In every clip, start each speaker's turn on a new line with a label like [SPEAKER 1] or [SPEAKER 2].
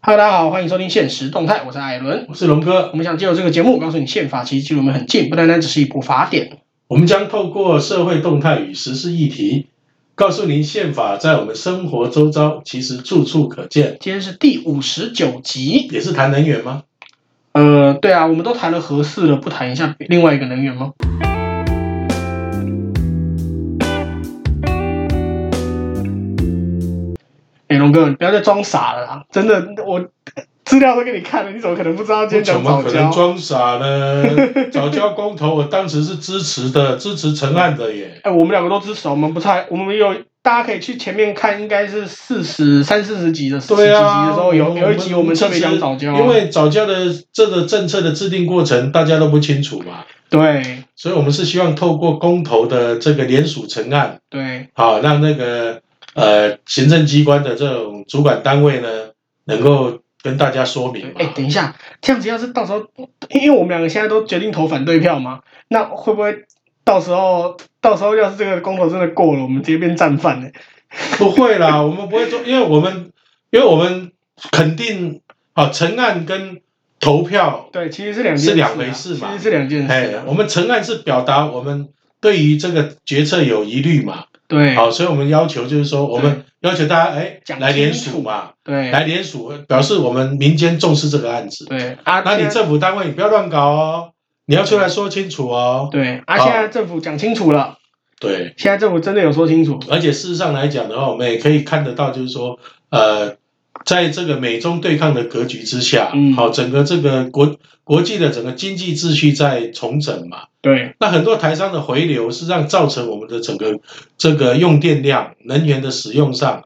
[SPEAKER 1] Hello，大家好，欢迎收听《现实动态》，我是艾伦，我是龙哥。我们想借由这个节目，告诉你宪法其实距离我们很近，不单单只是一部法典。
[SPEAKER 2] 我们将透过社会动态与时事议题，告诉您宪法在我们生活周遭其实处处可见。
[SPEAKER 1] 今天是第五十九集。
[SPEAKER 2] 也是谈能源吗？
[SPEAKER 1] 呃，对啊，我们都谈了核四了，不谈一下另外一个能源吗？哎，龙哥，你不要再装傻了啦！真的，我资料都给你看了，你怎么可能不知道今天
[SPEAKER 2] 怎
[SPEAKER 1] 讲
[SPEAKER 2] 么
[SPEAKER 1] 早
[SPEAKER 2] 可
[SPEAKER 1] 教？
[SPEAKER 2] 能装傻呢？ 早教公投，我当时是支持的，支持成案的耶。
[SPEAKER 1] 哎，我们两个都支持，我们不太，我们有大家可以去前面看，应该是四十三四十集的时候
[SPEAKER 2] 对
[SPEAKER 1] 几集
[SPEAKER 2] 啊，
[SPEAKER 1] 的时候有有一集我们特别
[SPEAKER 2] 支持
[SPEAKER 1] 讲早教，
[SPEAKER 2] 因为早教的这个政策的制定过程大家都不清楚嘛，
[SPEAKER 1] 对
[SPEAKER 2] 所以我们是希望透过公投的这个联署成案，
[SPEAKER 1] 对
[SPEAKER 2] 好，让那个呃行政机关的这种主管单位呢，能够跟大家说明
[SPEAKER 1] 对，
[SPEAKER 2] 嘛
[SPEAKER 1] 哎，等一下，这样子要是到时候，因为我们两个现在都决定投反对票嘛，那会不会到时候到时候要是这个公投真的过了，我们直接变战犯呢？
[SPEAKER 2] 不会啦， 我们不会做，因为我们因为我们肯定啊，成案跟投票，
[SPEAKER 1] 对，其实是两件
[SPEAKER 2] 是两
[SPEAKER 1] 啊
[SPEAKER 2] 回事嘛
[SPEAKER 1] 其实是两件
[SPEAKER 2] 哎
[SPEAKER 1] 事啊，，
[SPEAKER 2] 我们成案是表达我们对于这个决策有疑虑嘛，
[SPEAKER 1] 对
[SPEAKER 2] 好，所以我们要求就是说，我们要求大家哎
[SPEAKER 1] 嗯讲
[SPEAKER 2] 来联
[SPEAKER 1] 清楚嗯
[SPEAKER 2] 署嘛，
[SPEAKER 1] 对
[SPEAKER 2] 来联署，表示我们民间重视这个案子。
[SPEAKER 1] 对啊，
[SPEAKER 2] 那你
[SPEAKER 1] 现在
[SPEAKER 2] 政府单位你不要乱搞哦，你要出来说清楚哦。
[SPEAKER 1] 对啊，
[SPEAKER 2] 好
[SPEAKER 1] 现在政府讲清楚了，
[SPEAKER 2] 对。
[SPEAKER 1] 现在政府真的有说清楚，
[SPEAKER 2] 而且事实上来讲的话，我们也可以看得到，就是说，呃，在这个美中对抗的格局之下，
[SPEAKER 1] 嗯
[SPEAKER 2] 好，整个这个国国际的整个经济秩序在重整嘛，
[SPEAKER 1] 对
[SPEAKER 2] 那很多台商的回流，事实上造成我们的整个这个用电量、能源的使用上，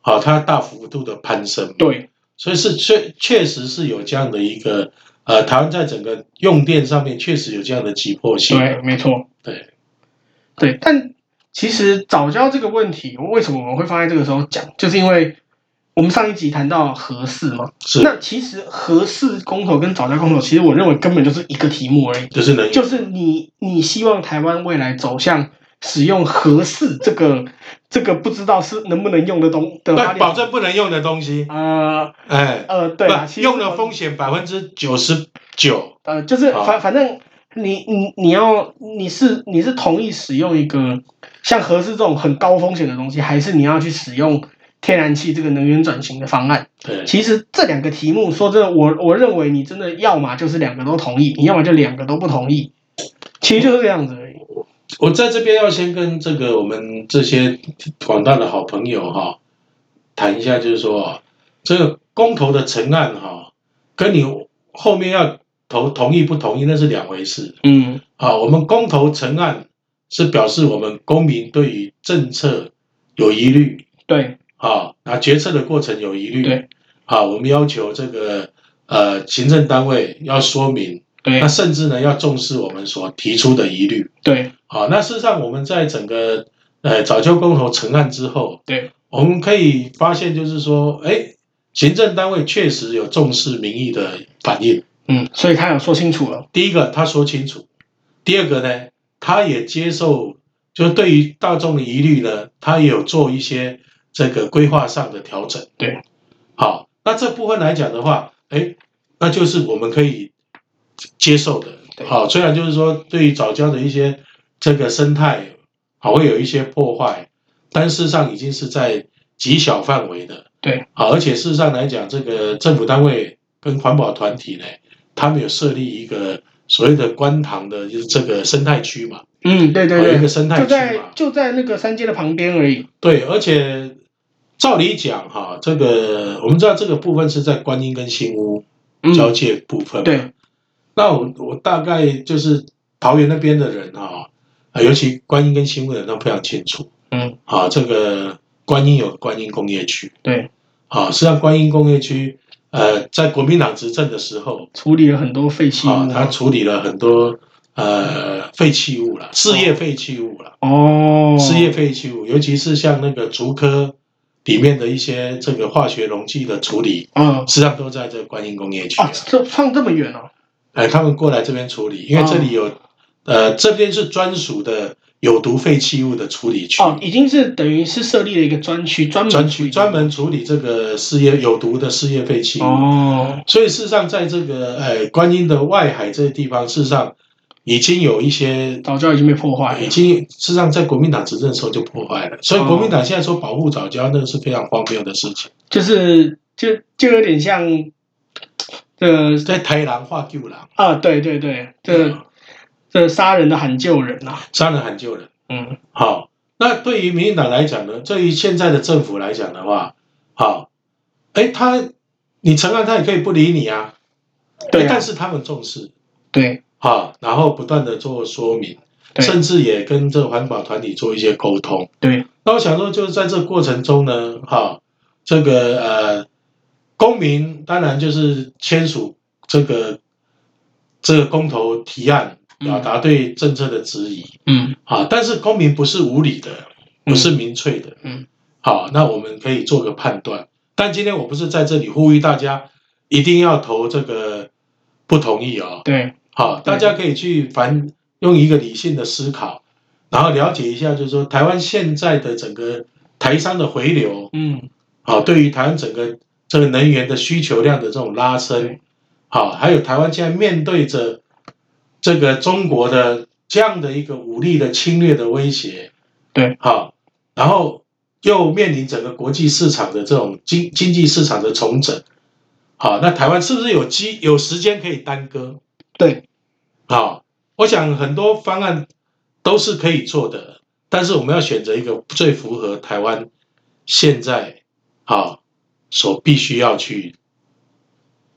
[SPEAKER 2] 好，它大幅度的攀升，，
[SPEAKER 1] 对
[SPEAKER 2] 所以是确确实是有这样的一个，呃，台湾在整个用电上面确实有这样的急迫性，
[SPEAKER 1] 对，没错，
[SPEAKER 2] 对
[SPEAKER 1] 对，但其实早教这个问题，为什么我们会放在这个时候讲，就是因为我们上一集谈到合适嘛，
[SPEAKER 2] 是
[SPEAKER 1] 那其实合适公投跟早教公投，其实我认为根本就是一个题目而已，
[SPEAKER 2] 就是能源
[SPEAKER 1] 就是你你希望台湾未来走向。使用合适这个这个不知道是能不能用的东的发
[SPEAKER 2] 对，
[SPEAKER 1] 电
[SPEAKER 2] 保证不能用的东西，
[SPEAKER 1] 呃
[SPEAKER 2] 哎。
[SPEAKER 1] 呃对啊，其实
[SPEAKER 2] 不用的风险百分之九十九，
[SPEAKER 1] 呃，就是
[SPEAKER 2] 啊
[SPEAKER 1] 反反正你你你要你是你是同意使用一个像核适这种很高风险的东西，还是你要去使用天然气这个能源转型的方案？
[SPEAKER 2] 对，
[SPEAKER 1] 其实这两个题目，说真的，我我认为你真的要么就是两个都同意，你要么就两个都不同意，其实就是这样子而已。
[SPEAKER 2] 我在这边要先跟这个我们这些广大的好朋友哈、谈一下，就是说啊，这个公投的成案哈、跟你后面要投同意不同意那是两回事
[SPEAKER 1] 嗯，
[SPEAKER 2] 啊。我们公投成案是表示我们公民对于政策有疑虑，
[SPEAKER 1] 对
[SPEAKER 2] 啊，那决策的过程有疑虑，
[SPEAKER 1] 对，
[SPEAKER 2] 啊，我们要求这个呃行政单位要说明，
[SPEAKER 1] 对
[SPEAKER 2] 那甚至呢要重视我们所提出的疑虑，
[SPEAKER 1] 对
[SPEAKER 2] 啊，那事实上我们在整个呃早教公投成案之后，
[SPEAKER 1] 对
[SPEAKER 2] 我们可以发现就是说，哎，行政单位确实有重视民意的反应，
[SPEAKER 1] 嗯，所以他有说清楚了，嗯
[SPEAKER 2] 第一个他说清楚，第二个呢，他也接受，就对于大众的疑虑呢，他也有做一些这个规划上的调整。
[SPEAKER 1] 对，
[SPEAKER 2] 好，那这部分来讲的话，哎，那就是我们可以接受的
[SPEAKER 1] 对。
[SPEAKER 2] 好，虽然就是说对于早教的一些这个生态，好会有一些破坏，但事实上已经是在极小范围的。
[SPEAKER 1] 对，
[SPEAKER 2] 好，而且事实上来讲，这个政府单位跟环保团体呢，他们有设立一个所谓的观塘的，就是这个生态区嘛，
[SPEAKER 1] 嗯，对对
[SPEAKER 2] 有一个
[SPEAKER 1] 对，
[SPEAKER 2] 生态
[SPEAKER 1] 就
[SPEAKER 2] 区
[SPEAKER 1] 在
[SPEAKER 2] 嘛，
[SPEAKER 1] 就在那个三街的旁边而已。
[SPEAKER 2] 对，而且照理讲哈，这个我们知道这个部分是在观音跟新屋交
[SPEAKER 1] 嗯，
[SPEAKER 2] 界部分，
[SPEAKER 1] 对，
[SPEAKER 2] 那我我大概就是桃园那边的人哈，啊尤其观音跟新屋的人都非常清楚，
[SPEAKER 1] 嗯，
[SPEAKER 2] 啊，这个观音有观音工业区，
[SPEAKER 1] 对，
[SPEAKER 2] 啊，实际上观音工业区，呃，在国民党执政的时候，
[SPEAKER 1] 处理了很多废弃物
[SPEAKER 2] 啊
[SPEAKER 1] 啊，。
[SPEAKER 2] 他处理了很多呃废弃物了，事业废弃物了，
[SPEAKER 1] 哦，
[SPEAKER 2] 事业废弃物，尤其是像那个竹科里面的一些这个化学溶剂的处理，
[SPEAKER 1] 嗯，
[SPEAKER 2] 实际上都在这个观音工业区、
[SPEAKER 1] 啊
[SPEAKER 2] 啊，，
[SPEAKER 1] 这放这么远哦，
[SPEAKER 2] 哦哎，他们过来这边处理，因为这里有，呃，这边是专属的有毒废弃物的处理区，
[SPEAKER 1] 哦，已经是等于是设立了一个专区，专门
[SPEAKER 2] 专
[SPEAKER 1] 处
[SPEAKER 2] 区
[SPEAKER 1] 理
[SPEAKER 2] 专门处理这个事业有毒的事业废弃物。
[SPEAKER 1] 哦，
[SPEAKER 2] 所以事实上，在这个呃观音的外海这个地方，事实上已经有一些
[SPEAKER 1] 早教已经被破坏
[SPEAKER 2] 啊已
[SPEAKER 1] 了。
[SPEAKER 2] 经事实上在国民党执政的时候就破坏了，所以
[SPEAKER 1] 哦
[SPEAKER 2] 国民党现在说保护早教，那个是非常荒谬的事情，
[SPEAKER 1] 就是就就有点像，呃
[SPEAKER 2] 在台狼化救狼，啊
[SPEAKER 1] 啊，对对对，这这杀人的喊救人呐、啊，
[SPEAKER 2] 杀人喊救人。
[SPEAKER 1] 嗯，
[SPEAKER 2] 好，那对于民进党来讲呢，对于现在的政府来讲的话，好，哎，他你承认他也可以不理你啊，
[SPEAKER 1] 对
[SPEAKER 2] 诶
[SPEAKER 1] 啊
[SPEAKER 2] 但，是他们重视
[SPEAKER 1] 对
[SPEAKER 2] 哈，然后不断的做说明，
[SPEAKER 1] 对
[SPEAKER 2] 甚至也跟这环保团体做一些沟通。
[SPEAKER 1] 对，
[SPEAKER 2] 那我想说，就是在这个过程中呢，哈，这个呃，公民当然就是签署这个这个公投提案，
[SPEAKER 1] 嗯
[SPEAKER 2] 表达对政策的质疑
[SPEAKER 1] 嗯
[SPEAKER 2] 啊。但是公民不是无理的，不是民粹的，
[SPEAKER 1] 嗯，
[SPEAKER 2] 好，那我们可以做个判断。但今天我不是在这里呼吁大家一定要投这个不同意哦，
[SPEAKER 1] 对
[SPEAKER 2] 好，
[SPEAKER 1] 对
[SPEAKER 2] 大家可以去反用一个理性的思考，然后了解一下，就是说台湾现在的整个台商的回流，
[SPEAKER 1] 嗯
[SPEAKER 2] 好，对于台湾整个这个能源的需求量的这种拉升
[SPEAKER 1] 对，
[SPEAKER 2] 好，还有台湾现在面对着这个中国的这样的一个武力的侵略的威胁，
[SPEAKER 1] 对，
[SPEAKER 2] 好，然后又面临整个国际市场的这种经经济市场的重整，好，那台湾是不是有机有时间可以耽搁？
[SPEAKER 1] 对
[SPEAKER 2] 好，我想很多方案都是可以做的，但是我们要选择一个最符合台湾现在好所必须要去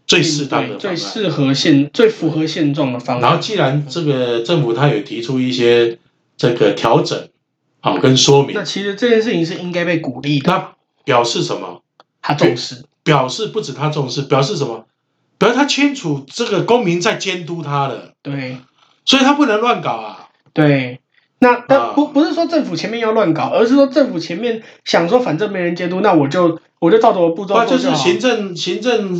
[SPEAKER 2] 最适当的
[SPEAKER 1] 对
[SPEAKER 2] 方
[SPEAKER 1] 最
[SPEAKER 2] 案。
[SPEAKER 1] 适合现最符合现状的方
[SPEAKER 2] 然后，
[SPEAKER 1] 案，
[SPEAKER 2] 既然这个政府它有提出一些这个调整，好跟说明
[SPEAKER 1] 那，其实这件事情是应该被鼓励的，
[SPEAKER 2] 那表示什么？
[SPEAKER 1] 他重视，
[SPEAKER 2] 表示不止他重视，表示什么？表示他清楚这个公民在监督他了，
[SPEAKER 1] 对
[SPEAKER 2] 所以他不能乱搞啊。
[SPEAKER 1] 对。那
[SPEAKER 2] 啊
[SPEAKER 1] 但不不是说政府前面要乱搞，而是说政府前面想说反正没人监督，那我就我就照着我步骤
[SPEAKER 2] 那
[SPEAKER 1] 做
[SPEAKER 2] 就是
[SPEAKER 1] 好
[SPEAKER 2] 行政行政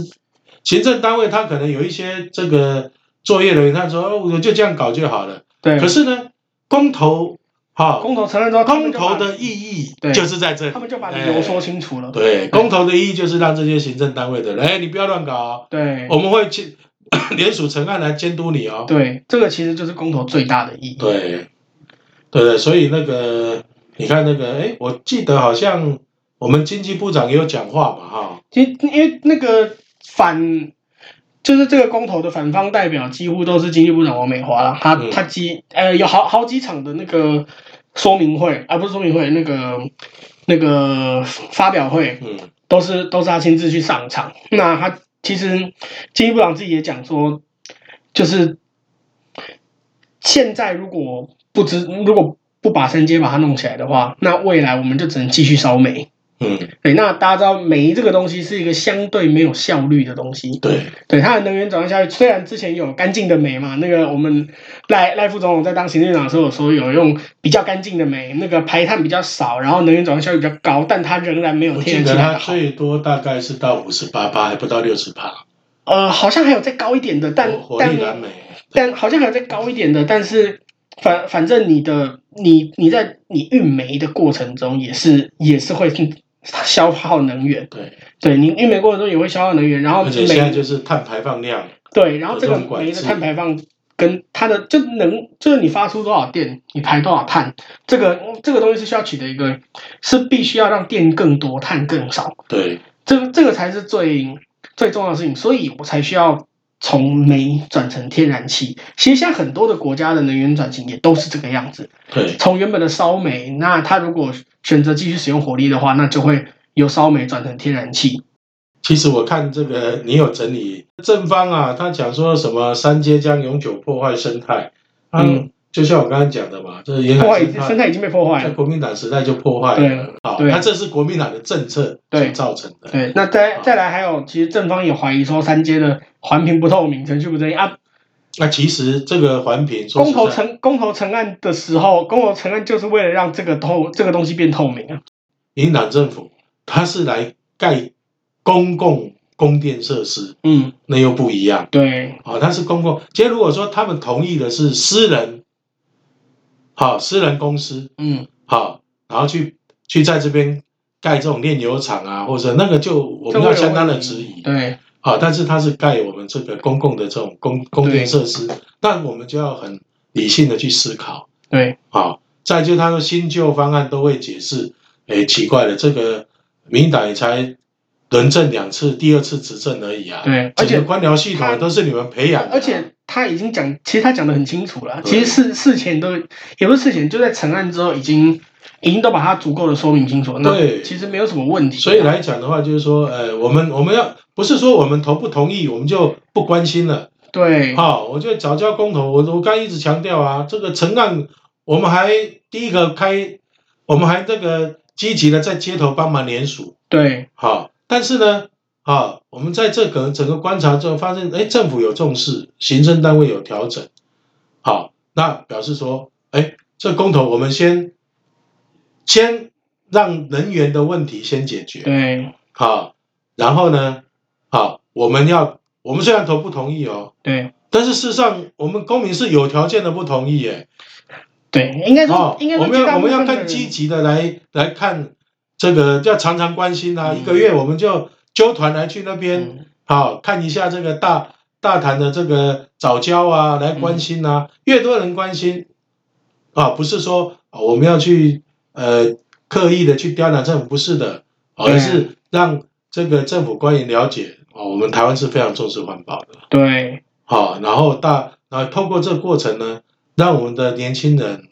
[SPEAKER 2] 行政单位，他可能有一些这个作业人员，他说哦我就这样搞就好了。
[SPEAKER 1] 对，
[SPEAKER 2] 可是呢，公投哈，
[SPEAKER 1] 公投承认之后，他
[SPEAKER 2] 公
[SPEAKER 1] 们就把
[SPEAKER 2] 投的意义
[SPEAKER 1] 对
[SPEAKER 2] 就是在这里，
[SPEAKER 1] 他们就把理
[SPEAKER 2] 哎
[SPEAKER 1] 由说清楚了。
[SPEAKER 2] 对，公投的意义就是让这些行政单位的人，哎，你不要乱搞哦，
[SPEAKER 1] 对
[SPEAKER 2] 我们会去 联署成案来监督你哦。
[SPEAKER 1] 对，这个其实就是公投最大的意义。
[SPEAKER 2] 对，对对，所以那个你看那个，哎，我记得好像我们经济部长也有讲话嘛，哈，
[SPEAKER 1] 其实因为那个反，就是这个公投的反方代表几乎都是经济部长王美华啦，他、
[SPEAKER 2] 嗯
[SPEAKER 1] 他几呃有好好几场的那个说明会，啊不是说明会，那个那个发表会
[SPEAKER 2] 嗯
[SPEAKER 1] 都是都是他亲自去上场。那他其实经济部长自己也讲说，就是现在如果不知如果不把三阶把它弄起来的话，那未来我们就只能继续烧煤。
[SPEAKER 2] 嗯，
[SPEAKER 1] 对，那大家知道煤这个东西是一个相对没有效率的东西，
[SPEAKER 2] 对。
[SPEAKER 1] 对它的能源转换效率，虽然之前有干净的煤嘛，那个我们赖赖副总统在当行政院长的时候有说有用比较干净的煤，那个排碳比较少，然后能源转换效率比较高，但它仍然没有
[SPEAKER 2] 我
[SPEAKER 1] 天然气
[SPEAKER 2] 记得
[SPEAKER 1] 来
[SPEAKER 2] 它
[SPEAKER 1] 的好。
[SPEAKER 2] 最多大概是到五十八趴，还不到六十趴。
[SPEAKER 1] 呃，好像还有再高一点的，但
[SPEAKER 2] 哦火火
[SPEAKER 1] 但
[SPEAKER 2] 力燃煤，
[SPEAKER 1] 但好像还有再高一点的，但是反反正你的你你在你运煤的过程中也是也是会消耗能源，
[SPEAKER 2] 对，
[SPEAKER 1] 对你运煤过程中也会消耗能源，然后
[SPEAKER 2] 而且现在
[SPEAKER 1] 煤
[SPEAKER 2] 就是碳排放量，
[SPEAKER 1] 对，然后这
[SPEAKER 2] 有
[SPEAKER 1] 个
[SPEAKER 2] 这种管
[SPEAKER 1] 煤的
[SPEAKER 2] 制
[SPEAKER 1] 碳排放跟它的就能就是你发出多少电，你排多少碳，这个这个东西是需要取得一个是必须要让电更多，碳更少，
[SPEAKER 2] 对，
[SPEAKER 1] 这个这个才是最最重要的事情，所以我才需要从煤转成天然气。其实现在很多的国家的能源转型也都是这个样子，
[SPEAKER 2] 对，
[SPEAKER 1] 从原本的烧煤，那它如果选择继续使用火力的话，那就会由烧煤转成天然气。
[SPEAKER 2] 其实我看这个，你有整理正方啊，他讲说什么三阶将永久破坏生态，嗯
[SPEAKER 1] 嗯，
[SPEAKER 2] 就像我刚刚讲的嘛，这沿
[SPEAKER 1] 破坏
[SPEAKER 2] 海生
[SPEAKER 1] 已经生
[SPEAKER 2] 态
[SPEAKER 1] 态已经被破坏
[SPEAKER 2] 在
[SPEAKER 1] 了。
[SPEAKER 2] 国民党时代就破坏了，好，
[SPEAKER 1] 对
[SPEAKER 2] 那这是国民党的政策所
[SPEAKER 1] 对
[SPEAKER 2] 造成的，
[SPEAKER 1] 对，那再再来还有，其实正方也怀疑说三阶的环评不透明、程序不正义啊。
[SPEAKER 2] 那其实这个环评说
[SPEAKER 1] 公
[SPEAKER 2] 实
[SPEAKER 1] 投
[SPEAKER 2] 在，
[SPEAKER 1] 成公投成案的时候，公投成案就是为了让这个透这个东西变透明啊。
[SPEAKER 2] 民进党政府它是来盖公共供电设施。
[SPEAKER 1] 嗯，
[SPEAKER 2] 那又不一样
[SPEAKER 1] 对
[SPEAKER 2] 啊、哦，它是公共。今天如果说他们同意的是私人好私人公司，
[SPEAKER 1] 嗯，
[SPEAKER 2] 好，然后去去在这边盖这种炼油厂啊，或者那个就我
[SPEAKER 1] 这
[SPEAKER 2] 们
[SPEAKER 1] 会有
[SPEAKER 2] 要相当的
[SPEAKER 1] 问题
[SPEAKER 2] 质疑。
[SPEAKER 1] 对，
[SPEAKER 2] 啊，但是它是盖我们这个公共的这种公公
[SPEAKER 1] 对
[SPEAKER 2] 共设施，但我们就要很理性的去思考
[SPEAKER 1] 对，
[SPEAKER 2] 啊。再就他说新旧方案都会解释，哎，奇怪了，这个民进党也才轮政两次，第二次执政而已啊。
[SPEAKER 1] 对而
[SPEAKER 2] 整
[SPEAKER 1] 且
[SPEAKER 2] 个官僚系统
[SPEAKER 1] 他
[SPEAKER 2] 也都是你们培养的啊、
[SPEAKER 1] 而且他已经讲，其实他讲的很清楚了。
[SPEAKER 2] 对
[SPEAKER 1] 其实事事前都也不是事前，就在成案之后已经已经都把它足够的说明清楚。那
[SPEAKER 2] 对
[SPEAKER 1] 其实没有什么问题。
[SPEAKER 2] 所以来讲的话，就是说，呃，我们我们要不是说我们同不同意，我们就不关心了。
[SPEAKER 1] 对
[SPEAKER 2] 好、我就早教公投，我我刚一直强调啊，这个成案我们还第一个开，我们还这个积极的在街头帮忙联署，
[SPEAKER 1] 对
[SPEAKER 2] 好、但是呢，啊、我们在这个整个观察之后发现，哎，政府有重视，行政单位有调整，好、那表示说，哎，这公投我们先先让人员的问题先解决，
[SPEAKER 1] 对
[SPEAKER 2] 好、然后呢，好、我们要我们虽然投不同意哦。
[SPEAKER 1] 对
[SPEAKER 2] 但是事实上，我们公民是有条件的不同意耶。
[SPEAKER 1] 对，应该
[SPEAKER 2] 哦
[SPEAKER 1] 说，应该
[SPEAKER 2] 我
[SPEAKER 1] 说
[SPEAKER 2] 们
[SPEAKER 1] 绝
[SPEAKER 2] 要
[SPEAKER 1] 大
[SPEAKER 2] 我
[SPEAKER 1] 部
[SPEAKER 2] 们
[SPEAKER 1] 分的人，
[SPEAKER 2] 要更积极的来来看这个，要常常关心啊。
[SPEAKER 1] 嗯
[SPEAKER 2] 一个月我们就纠团来去那边，
[SPEAKER 1] 嗯
[SPEAKER 2] 好、看一下这个大大潭的这个早教啊，来关心
[SPEAKER 1] 嗯
[SPEAKER 2] 啊。越多人关心啊，不是说啊我们要去呃刻意的去刁难政府，不是的，啊
[SPEAKER 1] 对
[SPEAKER 2] 而是让这个政府官员了解哦，我们台湾是非常重视环保的。
[SPEAKER 1] 对
[SPEAKER 2] 好，然后大，然后透过这个过程呢，让我们的年轻人，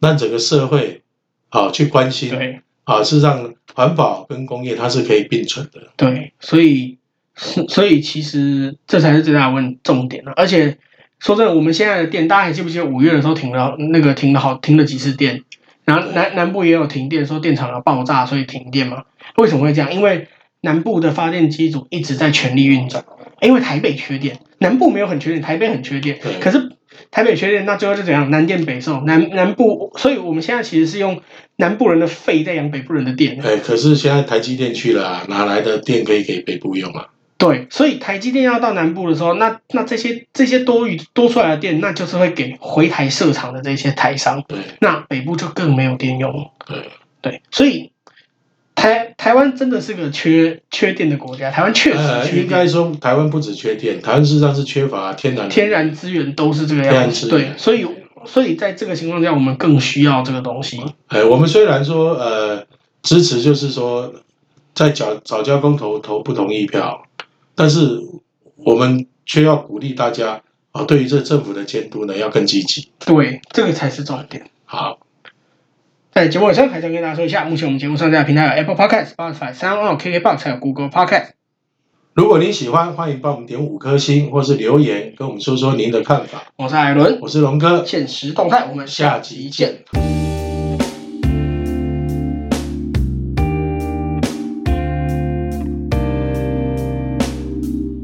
[SPEAKER 2] 让整个社会，好去关心，
[SPEAKER 1] 对
[SPEAKER 2] 啊，是让环保跟工业它是可以并存的。
[SPEAKER 1] 对，所以 所所以其实这才是最大的问重点了。啊而且说真的，我们现在的电，大家还记不记得五月的时候停了那个停了好停了几次电？然后南南部也有停电，说电厂要爆炸，所以停电嘛？为什么会这样？因为南部的发电机组一直在全力运转，因为台北缺电，南部没有很缺电，台北很缺电
[SPEAKER 2] 对，
[SPEAKER 1] 可是台北缺电，那最后就怎样？南电北送，南南部，所以我们现在其实是用南部人的肺在养北部人的电。
[SPEAKER 2] 哎，可是现在台积电去了、啊，哪来的电可以给北部用啊？
[SPEAKER 1] 对，所以台积电要到南部的时候，那那这些这些多余多出来的电，那就是会给回台设厂的这些台商，
[SPEAKER 2] 对
[SPEAKER 1] 那北部就更没有电用了。
[SPEAKER 2] 对，
[SPEAKER 1] 对，所以台台湾真的是个缺缺电的国家，台湾确实
[SPEAKER 2] 呃，
[SPEAKER 1] 缺
[SPEAKER 2] 应
[SPEAKER 1] 电，
[SPEAKER 2] 该说台湾不止缺电，台湾事实上是缺乏天然
[SPEAKER 1] 天然资源都是这个
[SPEAKER 2] 天然
[SPEAKER 1] 样
[SPEAKER 2] 资
[SPEAKER 1] 子。
[SPEAKER 2] 源
[SPEAKER 1] 对，所以所以在这个情况下，我们更需要这个东西。
[SPEAKER 2] 呃，我们虽然说呃支持，就是说在早早教公投投不同意票，但是我们却要鼓励大家啊、对于这政府的监督呢要更积极。
[SPEAKER 1] 对，这个才是重点。
[SPEAKER 2] 好，
[SPEAKER 1] 在节目尾声，还想跟大家说一下，目前我们节目上架的平台有 Apple Podcast、Spotify、三二 KKBox 还有 Google Podcast。
[SPEAKER 2] 如果您喜欢，欢迎帮我们点五颗星，或是留言跟我们说说您的看法。
[SPEAKER 1] 我是艾伦，
[SPEAKER 2] 我是龙哥，
[SPEAKER 1] 现实动态，我们下
[SPEAKER 2] 下
[SPEAKER 1] 集
[SPEAKER 2] 集
[SPEAKER 1] 见
[SPEAKER 2] 见。。